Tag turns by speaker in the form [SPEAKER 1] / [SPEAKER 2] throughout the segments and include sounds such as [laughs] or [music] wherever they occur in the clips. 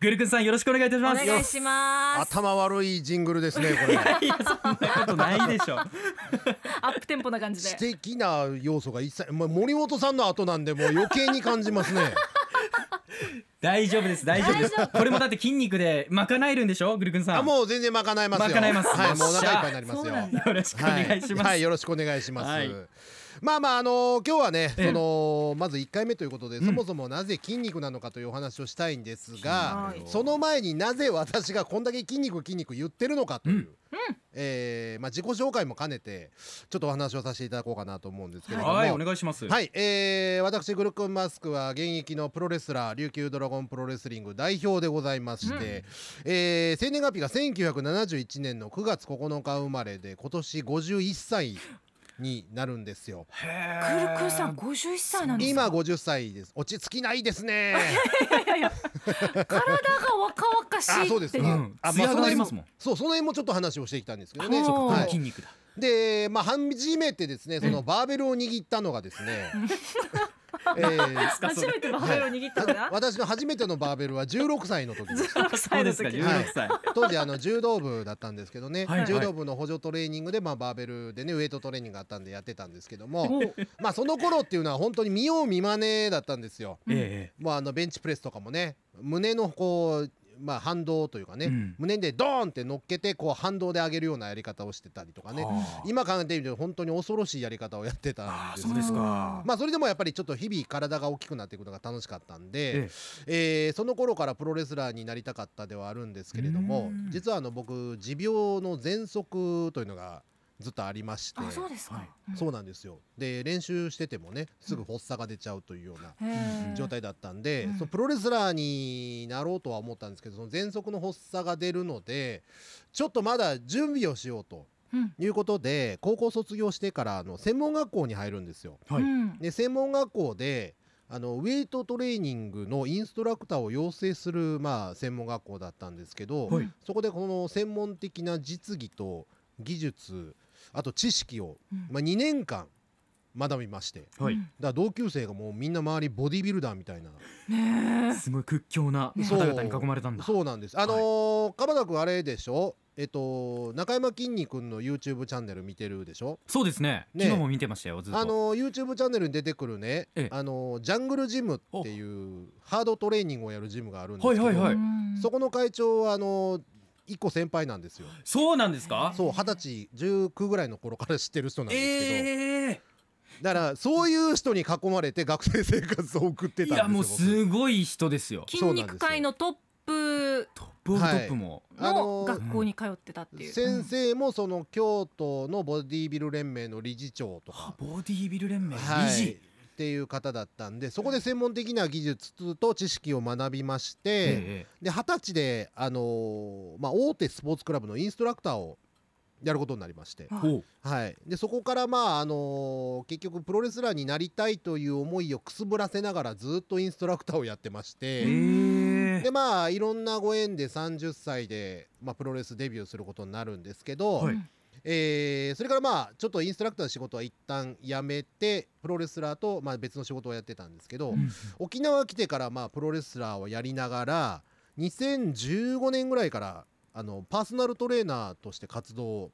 [SPEAKER 1] グルクンさんよろしくお願いいたし
[SPEAKER 2] お
[SPEAKER 1] ます
[SPEAKER 2] 願いします
[SPEAKER 3] 頭悪いジングルですね
[SPEAKER 1] [laughs]
[SPEAKER 3] これ
[SPEAKER 1] いやそんなことないでしょ
[SPEAKER 2] アップテンポな感じで
[SPEAKER 3] 素敵な要素が一切、まあ、森本さんの後なんでもう余計に感
[SPEAKER 1] [laughs]
[SPEAKER 3] じますね
[SPEAKER 1] 大丈夫です大丈夫ですこれもだって筋肉で賄えるんでしょグルクンさ
[SPEAKER 3] あ
[SPEAKER 1] ん
[SPEAKER 3] もう全然まかないますよ
[SPEAKER 1] 賄えます
[SPEAKER 3] はいもうお
[SPEAKER 1] よっしゃ
[SPEAKER 3] 腹いっぱいになります
[SPEAKER 2] そう
[SPEAKER 3] よ
[SPEAKER 2] なんだ
[SPEAKER 1] よろしくお願いします、
[SPEAKER 3] はい、はいよろしくお願いします。
[SPEAKER 1] はい
[SPEAKER 3] まあまああのー今日はね、
[SPEAKER 1] ええ
[SPEAKER 3] そのまず1回目ということで、
[SPEAKER 1] ん
[SPEAKER 3] そもそもなぜ筋肉なのかというお話をしたいんですが、
[SPEAKER 2] はい
[SPEAKER 3] その前になぜ私がこんだけ筋肉筋肉言ってるのかという、
[SPEAKER 1] うん
[SPEAKER 3] えーまあ自己紹介も兼ねてちょっとお話をさせていただこうかなと思うんですけれども、
[SPEAKER 1] はいお願いします
[SPEAKER 3] はい、えー、私グルクンマスクは現役のプロレスラー琉球ドラゴンプロレスリング代表でございまして、
[SPEAKER 2] うん
[SPEAKER 3] えー、生年月日が1971年の9月9日生まれで今年51歳になるんですよ
[SPEAKER 2] クールク
[SPEAKER 1] ル
[SPEAKER 2] ーさん51歳なんですか
[SPEAKER 3] 今50歳です落ち着きないですね
[SPEAKER 2] いやいや体が若々しいって
[SPEAKER 3] あそうです
[SPEAKER 2] い
[SPEAKER 3] ね、
[SPEAKER 1] うん
[SPEAKER 3] あ
[SPEAKER 1] 艶が
[SPEAKER 3] その
[SPEAKER 1] あり
[SPEAKER 3] 辺
[SPEAKER 1] ますもん
[SPEAKER 3] そうその辺もちょっと話をしていきたんですけどね
[SPEAKER 2] あそうか
[SPEAKER 1] こ
[SPEAKER 3] は
[SPEAKER 1] の
[SPEAKER 3] い
[SPEAKER 1] 筋肉だ
[SPEAKER 3] でまあ初めてですねそのバーベルを握ったのがで
[SPEAKER 2] [laughs]
[SPEAKER 3] すね、えー
[SPEAKER 1] かそ
[SPEAKER 2] 初
[SPEAKER 1] れ
[SPEAKER 2] めてバーベルを握ったのが、
[SPEAKER 3] 私の初めてのバーベルは16歳の時です
[SPEAKER 1] [laughs] そ
[SPEAKER 2] 16
[SPEAKER 1] う
[SPEAKER 2] 歳
[SPEAKER 1] で
[SPEAKER 2] の
[SPEAKER 1] すか
[SPEAKER 2] 時、
[SPEAKER 3] は
[SPEAKER 1] 16
[SPEAKER 3] い
[SPEAKER 1] 歳、
[SPEAKER 3] 当時あの柔道部だったんですけどね、
[SPEAKER 1] はいはい
[SPEAKER 3] 柔道部の補助トレーニングで、まあ、バーベルでねウエイトトレーニングがあったんでやってたんですけども
[SPEAKER 2] お
[SPEAKER 3] まあその頃っていうのは本当に見よう見まねだったんですよ。
[SPEAKER 1] ええ
[SPEAKER 3] もうあのベンチプレスとかもね胸のこうまあ反動というかね、
[SPEAKER 1] うん
[SPEAKER 3] 胸でドーンって乗っけてこう反動で上げるようなやり方をしてたりとかね
[SPEAKER 1] はあ
[SPEAKER 3] 今考えてみると本当に恐ろしいやり方をやってた
[SPEAKER 1] ああ
[SPEAKER 3] んです
[SPEAKER 1] そうですか、
[SPEAKER 3] まあそれでもやっぱりちょっと日々体が大きくなっていくのが楽しかったんで、
[SPEAKER 1] え
[SPEAKER 3] えーその頃からプロレスラーになりたかったではあるんですけれど
[SPEAKER 1] う
[SPEAKER 3] も
[SPEAKER 1] ん
[SPEAKER 3] 実はあの僕持病の喘息というのがずっとありまして
[SPEAKER 2] あそうですか、
[SPEAKER 1] はい
[SPEAKER 2] うん
[SPEAKER 3] そうなんですよで練習しててもねすぐ発作が出ちゃうというような
[SPEAKER 2] へー
[SPEAKER 3] 状態だったんで、
[SPEAKER 2] うん
[SPEAKER 3] そのプロレスラーになろうとは思ったんですけどその喘息の発作が出るのでちょっとまだ準備をしようと
[SPEAKER 2] うん
[SPEAKER 3] いうことで高校卒業してからあの専門学校に入るんですよ。
[SPEAKER 1] はい
[SPEAKER 2] うん
[SPEAKER 3] で専門学校であのウェイトトレーニングのインストラクターを養成する、まあ、専門学校だったんですけど、
[SPEAKER 1] はい
[SPEAKER 3] そこでこの専門的な実技と技術あと知識を、
[SPEAKER 2] うん
[SPEAKER 3] まあ、2年間学びましてだか
[SPEAKER 1] はい、
[SPEAKER 3] ら同級生がもうみんな周りボディビルダーみたいな
[SPEAKER 2] ね
[SPEAKER 1] すごい屈強な方
[SPEAKER 3] そう
[SPEAKER 1] 々に囲まれたんだ
[SPEAKER 3] そうなんですあのー鎌田君あれでしょえっと中山きんに君の YouTube チャンネル見てるでしょ
[SPEAKER 1] そうですね
[SPEAKER 3] ね
[SPEAKER 1] 昨日も見てましたよずっと、
[SPEAKER 3] あの YouTube チャンネルに出てくるね、
[SPEAKER 1] ええ
[SPEAKER 3] あのジャングルジムっていうハードトレーニングをやるジムがあるんですけど、
[SPEAKER 1] はい
[SPEAKER 2] え、
[SPEAKER 1] はい
[SPEAKER 2] うん
[SPEAKER 3] そこの会長はあの一個先輩なんですよ。
[SPEAKER 1] そうなんですか
[SPEAKER 3] そう二十歳19ぐらいの頃から知ってる人なんですけど、
[SPEAKER 1] ええ
[SPEAKER 3] だからそういう人に囲まれて学生生活を送って
[SPEAKER 1] い
[SPEAKER 3] たんですよ。
[SPEAKER 1] やもう
[SPEAKER 3] 僕
[SPEAKER 1] すごい人ですよ
[SPEAKER 2] 筋肉界のトップ
[SPEAKER 1] トップオブトップも、
[SPEAKER 3] あ
[SPEAKER 2] の
[SPEAKER 3] の
[SPEAKER 2] 学校に通ってたっていう、
[SPEAKER 3] 先生もその京都のボディービル連盟の理事長とか、
[SPEAKER 1] ボディービル連盟理事、
[SPEAKER 3] はい、っていう方だったんでそこで専門的な技術と知識を学びまして、
[SPEAKER 1] ええ
[SPEAKER 3] で二十歳で、あのーまあ、大手スポーツクラブのインストラクターをやることになりまして、
[SPEAKER 2] はい
[SPEAKER 1] ほう
[SPEAKER 3] はい、でそこから、まああのー結局プロレスラーになりたいという思いをくすぶらせながらずっとインストラクターをやってまし
[SPEAKER 1] え
[SPEAKER 3] て、
[SPEAKER 1] え
[SPEAKER 3] でまあいろんなご縁で30歳で、まあ、プロレスデビューすることになるんですけど、
[SPEAKER 1] はい
[SPEAKER 3] えーそれからまあちょっとインストラクターの仕事は一旦やめてプロレスラーと、まあ、別の仕事をやってたんですけど、
[SPEAKER 1] うん
[SPEAKER 3] 沖縄来てからまあプロレスラーをやりながら2015年ぐらいからあのパーソナルトレーナーとして活動を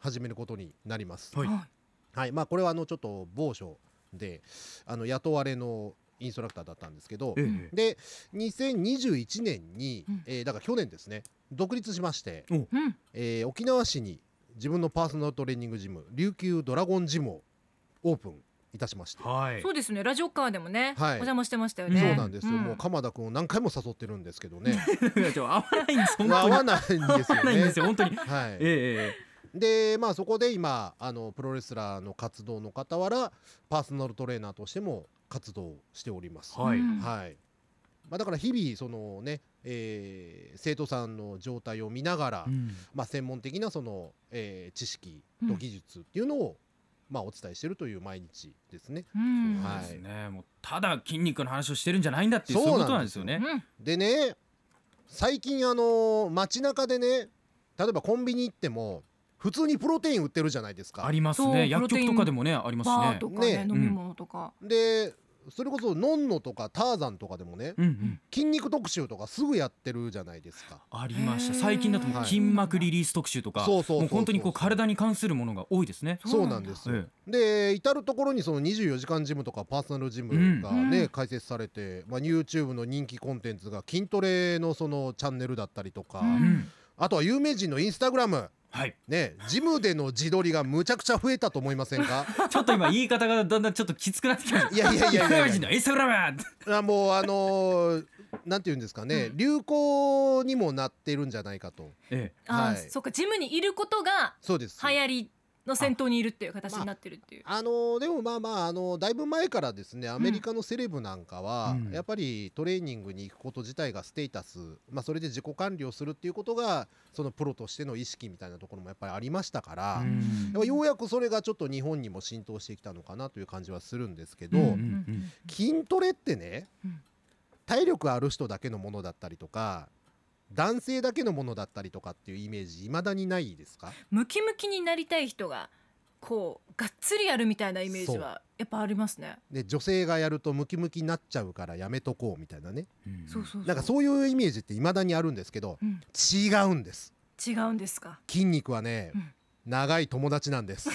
[SPEAKER 3] 始めることになります。
[SPEAKER 1] は
[SPEAKER 3] はいい、
[SPEAKER 2] は
[SPEAKER 3] まあこれはあのちょっと某所であの雇われのインストラクターだったんですけど
[SPEAKER 1] ええ
[SPEAKER 3] で2021年に、
[SPEAKER 2] うん
[SPEAKER 3] えーだから去年ですね独立しまして、
[SPEAKER 2] いうん
[SPEAKER 3] えー沖縄市に自分のパーソナルトレーニングジム琉球ドラゴンジムをオープンいたしまして。
[SPEAKER 1] はい
[SPEAKER 2] そうですねラジオカーでもね、
[SPEAKER 3] はい
[SPEAKER 2] お邪魔してましたよ
[SPEAKER 1] う
[SPEAKER 2] ね
[SPEAKER 1] ん
[SPEAKER 3] そうなんですよ、
[SPEAKER 2] ん
[SPEAKER 3] もう鎌田君を何回も誘ってるんですけどね
[SPEAKER 1] ち [laughs] ょ合わないんです本当に
[SPEAKER 3] 合わないん
[SPEAKER 1] 合わ
[SPEAKER 3] ですよ
[SPEAKER 1] ないんで
[SPEAKER 3] ね
[SPEAKER 1] す。よ本当に
[SPEAKER 3] は
[SPEAKER 1] ええ
[SPEAKER 3] い、でまあそこで今あのプロレスラーの活動の傍らパーソナルトレーナーとしても活動しております。
[SPEAKER 1] はいう
[SPEAKER 3] い
[SPEAKER 2] ん
[SPEAKER 3] まあ、だから日々そのね、えー生徒さんの状態を見ながら、
[SPEAKER 1] ええ
[SPEAKER 3] まあ、専門的なその、えー知識と技術っていうのを、まあ、お伝えしてるという毎日ですね。
[SPEAKER 2] うん
[SPEAKER 1] そう
[SPEAKER 3] はい
[SPEAKER 1] ですねもうただ筋肉の話をしてるんじゃないんだっていうそういう
[SPEAKER 3] そう
[SPEAKER 1] ことな
[SPEAKER 3] なん
[SPEAKER 1] で
[SPEAKER 3] んですす
[SPEAKER 1] よ
[SPEAKER 3] よ
[SPEAKER 1] ね
[SPEAKER 2] うん
[SPEAKER 3] でね最近あの街中でね例えばコンビニ行っても普通にプロテイン売ってるじゃないですか。
[SPEAKER 1] あります
[SPEAKER 2] そう
[SPEAKER 1] ね薬
[SPEAKER 2] プロテ
[SPEAKER 1] 局
[SPEAKER 2] イン
[SPEAKER 1] とかでもねあります
[SPEAKER 2] バー
[SPEAKER 1] ね
[SPEAKER 2] とかね
[SPEAKER 3] ね
[SPEAKER 2] 飲み物とか、
[SPEAKER 3] でそれこそノンノとかターザンとかでもね
[SPEAKER 1] うんうん
[SPEAKER 3] 筋肉特集とかすぐやってるじゃないですか
[SPEAKER 1] ありました最近だともう
[SPEAKER 3] はい
[SPEAKER 1] 筋膜リリース特集とか
[SPEAKER 3] そうそうそうそう
[SPEAKER 1] もう本当にこう体に関するものが多いですね。
[SPEAKER 3] そうなんですよ
[SPEAKER 1] え
[SPEAKER 3] で至る所にその24時間ジムとかパーソナルジムがね、
[SPEAKER 2] うん
[SPEAKER 3] 開設されて、まあ、YouTube の人気コンテンツが筋トレのそのチャンネルだったりとか、
[SPEAKER 2] う
[SPEAKER 1] えうんん
[SPEAKER 3] あとは有名人のインスタグラム
[SPEAKER 1] はい、
[SPEAKER 3] ねジムでの自撮りがむちゃくちゃ増えたと思いません [laughs] か
[SPEAKER 1] ちょっと今言い方がだんだんちょっときつくなってきました。
[SPEAKER 3] いやいや
[SPEAKER 1] [laughs]
[SPEAKER 3] いやいやい
[SPEAKER 1] 人のインスタグラム
[SPEAKER 3] やあもうあのーなんていうんですかね、流行にもなってるんじゃないかと
[SPEAKER 1] ええ
[SPEAKER 2] あ
[SPEAKER 3] は
[SPEAKER 2] あ
[SPEAKER 3] い
[SPEAKER 2] そっかジムにいることが
[SPEAKER 3] そうです
[SPEAKER 2] 流行りの先頭にいるっていう形になってるっていう。
[SPEAKER 3] あのーでもまあまあ、あのーだいぶ前からですねアメリカのセレブなんかは、
[SPEAKER 1] うん
[SPEAKER 3] やっぱりトレーニングに行くこと自体がステータス、まあ、それで自己管理をするっていうことがそのプロとしての意識みたいなところもやっぱりありましたから、
[SPEAKER 1] う
[SPEAKER 3] やっ
[SPEAKER 1] ん
[SPEAKER 3] ぱようやくそれがちょっと日本にも浸透してきたのかなという感じはするんですけど、
[SPEAKER 1] うん
[SPEAKER 2] うんうん
[SPEAKER 3] 筋トレってね、
[SPEAKER 2] うん
[SPEAKER 3] 体力ある人だけのものだったりとか男性だけのものだったりとかっていうイメージいまだにないですか
[SPEAKER 2] ムキムキになりたい人がこうがっつりやるみたいなイメージはやっぱありますね。
[SPEAKER 3] で女性がやるとムキムキになっちゃうからやめとこうみたいなね
[SPEAKER 1] うん
[SPEAKER 2] そうそうそう
[SPEAKER 3] なんかそういうイメージって未だにあるんですけど
[SPEAKER 2] うん
[SPEAKER 3] 違うんです
[SPEAKER 2] 違うんですか。
[SPEAKER 3] 筋肉はね、
[SPEAKER 2] うん
[SPEAKER 3] 長い友達なんです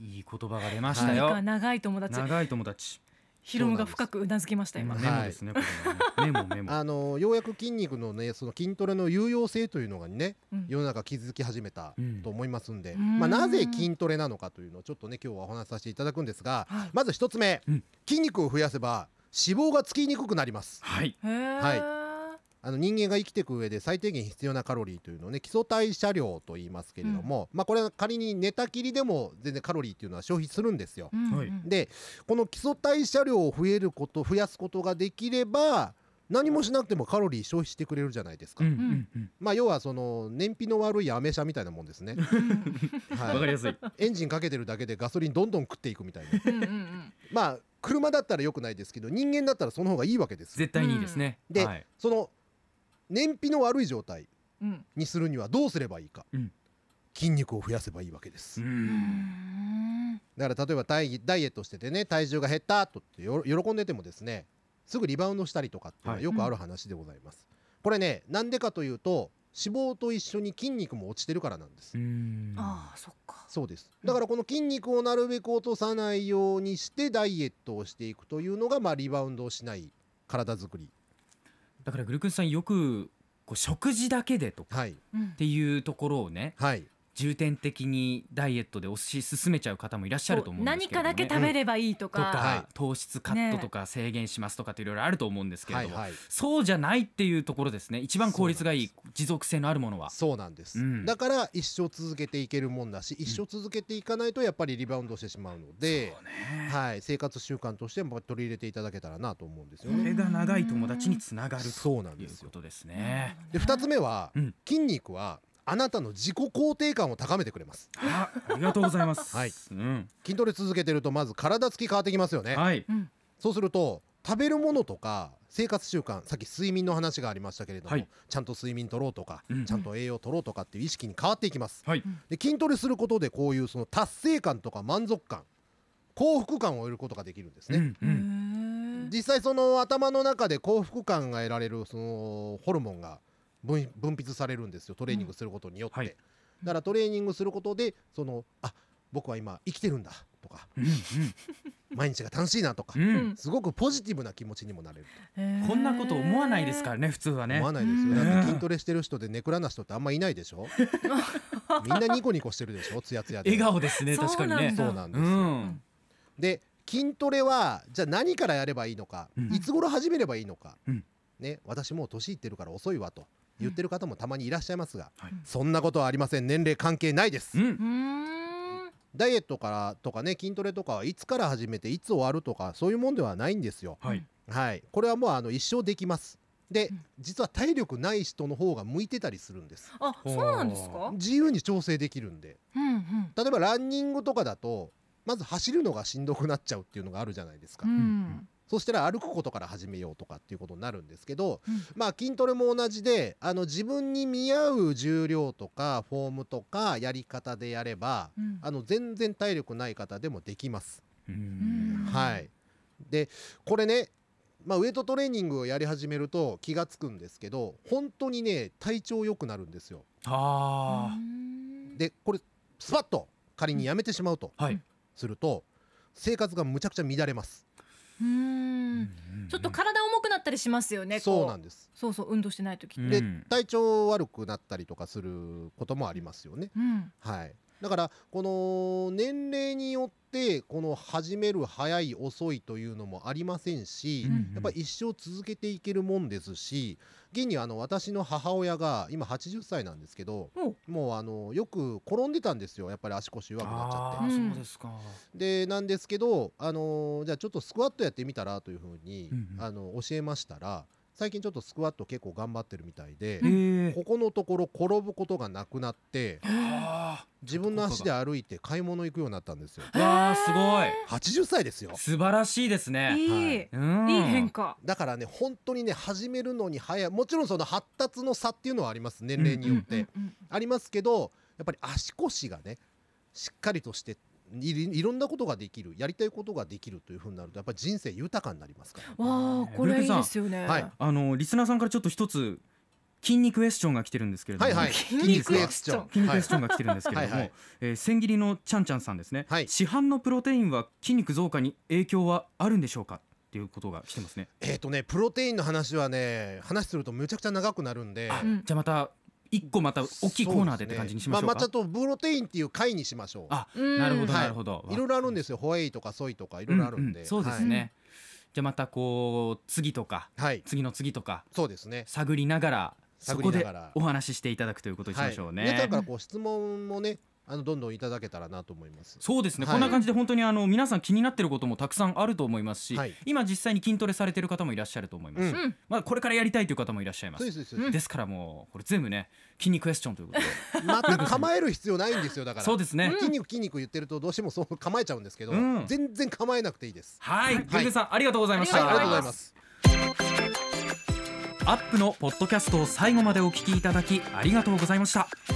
[SPEAKER 1] いい言葉が出ました
[SPEAKER 2] なんか
[SPEAKER 1] よ。
[SPEAKER 2] 長い友達。
[SPEAKER 1] 長い友達。
[SPEAKER 2] ヒロムが深くうなずきました
[SPEAKER 1] メ
[SPEAKER 2] 今
[SPEAKER 1] モ。
[SPEAKER 3] ね
[SPEAKER 1] ですね。これはねメモメモ。
[SPEAKER 3] [laughs] あのようやく筋肉のねその筋トレの有用性というのがね
[SPEAKER 2] うん
[SPEAKER 3] 世の中気づき始めた
[SPEAKER 1] うん
[SPEAKER 3] と思いますんで、
[SPEAKER 2] うん
[SPEAKER 3] まあ、なぜ筋トレなのかというのをちょっとね今日はお話しさせていただくんですが
[SPEAKER 2] はい
[SPEAKER 3] まず一つ目、
[SPEAKER 1] うん
[SPEAKER 3] 筋肉を増やせば脂肪がつきにくくなります
[SPEAKER 1] はい。
[SPEAKER 2] へえ。
[SPEAKER 3] あの人間が生きていく上で最低限必要なカロリーというのをね基礎代謝量と言いますけれども、まあこれは仮に寝たきりでも全然カロリーっていうのは消費するんですよ。
[SPEAKER 2] うんうん
[SPEAKER 1] はい
[SPEAKER 3] でこの基礎代謝量を増えること増やすことができれば何もしなくてもカロリー消費してくれるじゃないですか、
[SPEAKER 1] うんうんうん。
[SPEAKER 3] まあ要はその燃費の悪いアメ車みたいなもんです
[SPEAKER 1] [laughs]
[SPEAKER 3] ね、
[SPEAKER 1] わか
[SPEAKER 3] は
[SPEAKER 1] りやすい。
[SPEAKER 3] い、エンジンかけてるだけでガソリンどんどん食っていくみたい
[SPEAKER 1] [laughs]
[SPEAKER 3] な
[SPEAKER 2] うんうんうん
[SPEAKER 3] まあ車だったら良くないですけど人間だったらその方がいいわけですよ
[SPEAKER 1] 絶対にいいですね。
[SPEAKER 3] で
[SPEAKER 1] はい
[SPEAKER 3] その燃費の悪い状態
[SPEAKER 2] うん
[SPEAKER 3] にするにはどうすればいいか、
[SPEAKER 1] うん
[SPEAKER 3] 筋肉を増やせばいいわけで
[SPEAKER 1] う
[SPEAKER 3] す、
[SPEAKER 1] ん。
[SPEAKER 3] だから例えばダイダイエットしててね体重が減ったとってよ喜んでてもですねすぐリバウンドしたりとかっていうのは
[SPEAKER 1] はい
[SPEAKER 3] よくある話でございます、これねなんでかというと脂肪と一緒に筋肉も落ちてるからなんです、
[SPEAKER 1] うん
[SPEAKER 2] ああそっか。
[SPEAKER 3] そうですだからこの筋肉をなるべく落とさないようにしてダイエットをしていくというのがまあリバウンドをしない体づくり
[SPEAKER 1] だからグルクンさんよくこう食事だけでとか
[SPEAKER 3] はい
[SPEAKER 2] うん
[SPEAKER 1] っていうところをね
[SPEAKER 3] はい
[SPEAKER 1] 重点的にダイエットで推し進めちゃう方もいらっしゃると思うんです
[SPEAKER 2] 何
[SPEAKER 1] けれど
[SPEAKER 2] か
[SPEAKER 1] も、ね、
[SPEAKER 2] だけ食べればいいと
[SPEAKER 1] とか、
[SPEAKER 2] か。
[SPEAKER 3] はい
[SPEAKER 1] 糖質カットとか制限しますとかっていろいろあると思うんですけれ
[SPEAKER 3] は
[SPEAKER 1] ど
[SPEAKER 3] い
[SPEAKER 1] も、
[SPEAKER 3] はい
[SPEAKER 1] そうじゃないっていうところですね一番効率がいい持続性のあるものは
[SPEAKER 3] そうなんです、
[SPEAKER 1] うん
[SPEAKER 3] だから一生続けていけるもんだし一生続けていかないとやっぱりリバウンドしてしまうので、はい、生活習慣としても取り入れていただけたらなと思うんですよ
[SPEAKER 1] こ
[SPEAKER 3] ね。
[SPEAKER 1] れが長い友達につながると
[SPEAKER 3] そうなん
[SPEAKER 1] い
[SPEAKER 3] で
[SPEAKER 1] う
[SPEAKER 3] す
[SPEAKER 1] こ
[SPEAKER 3] よ。
[SPEAKER 1] とです
[SPEAKER 2] なる
[SPEAKER 1] ね。
[SPEAKER 2] ほど
[SPEAKER 3] で2つ目は、
[SPEAKER 1] うん
[SPEAKER 3] 筋肉はあなたの自己肯定感を高めてくれます。
[SPEAKER 1] あありがとうございます。
[SPEAKER 3] はい
[SPEAKER 1] うん
[SPEAKER 3] 筋トレ続けてるとまず体つき変わってきますよね。
[SPEAKER 1] はい
[SPEAKER 2] うん
[SPEAKER 3] そうすると食べるものとか生活習慣さっき睡眠の話がありましたけれども、
[SPEAKER 1] はい
[SPEAKER 3] ちゃんと睡眠取ろうとか、
[SPEAKER 1] うん
[SPEAKER 3] ちゃんと栄養取ろうとかっていう意識に変わっていきます。
[SPEAKER 1] はい
[SPEAKER 3] で筋トレすることでこういうその達成感とか満足感幸福感を得ることができるんですね。
[SPEAKER 1] うんう
[SPEAKER 2] へ
[SPEAKER 1] ん
[SPEAKER 2] ー
[SPEAKER 3] 実際その頭の中で幸福感が得られるそのホルモンが分分泌されるんですよトレーニングすることによって、
[SPEAKER 1] はい
[SPEAKER 3] だからトレーニングすることでそのあ僕は今生きてるんだとか毎日が楽しいなとか、
[SPEAKER 1] うんうん
[SPEAKER 3] すごくポジティブな気持ちにもなれる
[SPEAKER 1] うんこんなこと思わないですからね普通は
[SPEAKER 3] と
[SPEAKER 1] ね
[SPEAKER 3] 思わないですよ、
[SPEAKER 1] ね
[SPEAKER 3] だって筋トレしてる人でネクラな人ってあんまいない
[SPEAKER 1] [laughs]
[SPEAKER 3] でしょみんなニコニコしてるでしょツヤツヤで
[SPEAKER 1] 笑顔ですね確かにね
[SPEAKER 2] そ
[SPEAKER 3] そうなんで
[SPEAKER 1] う
[SPEAKER 3] すよ、
[SPEAKER 1] ん
[SPEAKER 3] で筋トレはじゃあ何からやればいいのか、
[SPEAKER 1] うん
[SPEAKER 3] いつ頃始めればいいのか、
[SPEAKER 1] うん
[SPEAKER 3] ね、私もう年いってるから遅いわと言ってる方もたまにいらっしゃいますが、
[SPEAKER 1] はい
[SPEAKER 3] そんなことはありません年齢関係ないです、
[SPEAKER 1] うん
[SPEAKER 2] うーん
[SPEAKER 3] ダイエットからとかね筋トレとかはいつから始めていつ終わるとかそういうもんではないんですよ
[SPEAKER 1] はい
[SPEAKER 3] はいこれはもうあの一生できますで、
[SPEAKER 2] うん
[SPEAKER 3] 実は体力ない人の方が向いてたりするんです
[SPEAKER 2] あそうなんですか。
[SPEAKER 3] 自由に調整できるんで
[SPEAKER 2] うんうん
[SPEAKER 3] 例えばランニングとかだとまず走るのがしんどくなっちゃうっていうのがあるじゃないですか
[SPEAKER 2] う、ん
[SPEAKER 3] そしたら歩くことから始めようとかっていうことになるんですけど、
[SPEAKER 2] うん
[SPEAKER 3] まあ筋トレも同じであの自分に見合う重量とかフォームとかやり方でやれば、
[SPEAKER 2] うん
[SPEAKER 3] あの全然体力ない方でもできます。
[SPEAKER 1] うん
[SPEAKER 2] うん
[SPEAKER 3] はいでこれね、まあ、ウエイトトレーニングをやり始めると気が付くんですけど本当にね体調良くなるんですよ
[SPEAKER 1] あ
[SPEAKER 3] でこれスパッと仮にやめてしまうと
[SPEAKER 1] あはい、
[SPEAKER 3] すると生活がむちゃくちゃ乱れます、
[SPEAKER 2] うー
[SPEAKER 1] うん
[SPEAKER 2] んちょっと体重くなったりしますよね
[SPEAKER 3] そうなん
[SPEAKER 2] で
[SPEAKER 3] です
[SPEAKER 2] そうそう運動してない時って
[SPEAKER 1] うん
[SPEAKER 3] で体調悪くなったりとかすることもありますよね
[SPEAKER 2] うん
[SPEAKER 3] はい、だからこの年齢によってこの始める早い遅いというのもありませんし、
[SPEAKER 2] うん
[SPEAKER 3] やっぱり一生続けていけるもんですし現にあの私の母親が今80歳なんですけど
[SPEAKER 2] お
[SPEAKER 3] もうあのよく転んでたんですよやっぱり足腰弱くなっちゃ
[SPEAKER 1] あ
[SPEAKER 3] って。
[SPEAKER 1] あ
[SPEAKER 2] うん
[SPEAKER 1] そうですか
[SPEAKER 3] でなんですけど、あのーじゃあちょっとスクワットやってみたらというふうに、
[SPEAKER 1] うんうん
[SPEAKER 3] あの教えましたら最近ちょっとスクワット結構頑張ってるみたいで
[SPEAKER 1] へ、え
[SPEAKER 3] ここのところ転ぶことがなくなって。
[SPEAKER 1] あ
[SPEAKER 3] 自分の足で
[SPEAKER 1] わ
[SPEAKER 3] 歩いて買い物行くようになったんですよ
[SPEAKER 1] あすごい
[SPEAKER 3] 80歳ですよ
[SPEAKER 1] 素晴らしいですね
[SPEAKER 2] いい、
[SPEAKER 3] はい
[SPEAKER 2] い、
[SPEAKER 1] うん
[SPEAKER 2] い変化
[SPEAKER 3] だからね本当にね始めるのに早いもちろんその発達の差っていうのはあります年齢によって、
[SPEAKER 2] うんうん
[SPEAKER 3] ありますけどやっぱり足腰がねしっかりとしていりいろんなことができるやりたいことができるというふうになるとやっぱり人生豊かになりますから
[SPEAKER 2] わあこれいいですよね。
[SPEAKER 3] ルーペさんはい
[SPEAKER 1] あのリスナーさんからちょっと一つ筋肉クエスチョンが来てるんですけれども
[SPEAKER 3] はいはい
[SPEAKER 2] 筋肉
[SPEAKER 3] エクスチョン
[SPEAKER 1] 筋肉
[SPEAKER 3] は
[SPEAKER 1] クエ
[SPEAKER 3] い
[SPEAKER 1] スチョンが来てるんですけれども、
[SPEAKER 3] はいはい
[SPEAKER 1] えー千切りのちゃんちゃんさんですね、
[SPEAKER 3] はい
[SPEAKER 1] 市販のプロテインは筋肉増加に影響はあるんでしょうかっていうことが来てますね、
[SPEAKER 3] えっ、とねプロテインの話はね話するとむちゃくちゃ長くなるんで
[SPEAKER 1] あ
[SPEAKER 2] うん
[SPEAKER 1] じゃあまた一個また大きいコーナーでって感じにしましょうか、
[SPEAKER 3] そうですねまあ、まあちょっとプロテインっていう回にしましょう
[SPEAKER 1] あ
[SPEAKER 2] うん
[SPEAKER 1] なるほど
[SPEAKER 3] はい
[SPEAKER 1] なるほど、
[SPEAKER 3] いろいろあるんですよホエイとかソイとかいろいろあるんで、
[SPEAKER 1] ううそうですね、じゃあまたこう次とか
[SPEAKER 3] はい、はい、
[SPEAKER 1] 次の次とか
[SPEAKER 3] そうですね
[SPEAKER 1] 探りながらそ
[SPEAKER 3] 探
[SPEAKER 1] こ
[SPEAKER 3] りな
[SPEAKER 1] で
[SPEAKER 3] がら
[SPEAKER 1] お話ししていただくということにしましょうね、
[SPEAKER 3] 皆さんからこう質問もね、あのどんどんいただけたらなと思います。
[SPEAKER 1] そうですね、
[SPEAKER 3] はい
[SPEAKER 1] こんな感じで本当にあの皆さん気になってることもたくさんあると思いますし、
[SPEAKER 3] はい
[SPEAKER 1] 今実際に筋トレされてる方もいらっしゃると思います、
[SPEAKER 3] うん
[SPEAKER 2] うん
[SPEAKER 1] まあこれからやりたいという方もいらっしゃいま
[SPEAKER 3] そう
[SPEAKER 1] す
[SPEAKER 3] ですそう
[SPEAKER 2] う
[SPEAKER 3] で。
[SPEAKER 1] ですからもうこれ全部ね筋肉クエスチョンということです
[SPEAKER 3] 全く構える必要ないんですよだから。
[SPEAKER 1] [laughs] そうですね、
[SPEAKER 3] 筋肉筋肉言ってるとどうしてもそう構えちゃうんですけど、
[SPEAKER 1] うん
[SPEAKER 3] 全然構えなくていいです。
[SPEAKER 1] はい、グルグルさんありがとうございまし
[SPEAKER 3] はい、
[SPEAKER 1] た
[SPEAKER 3] ありがとうございます。
[SPEAKER 1] アップのポッドキャストを最後までお聞きいただきありがとうございました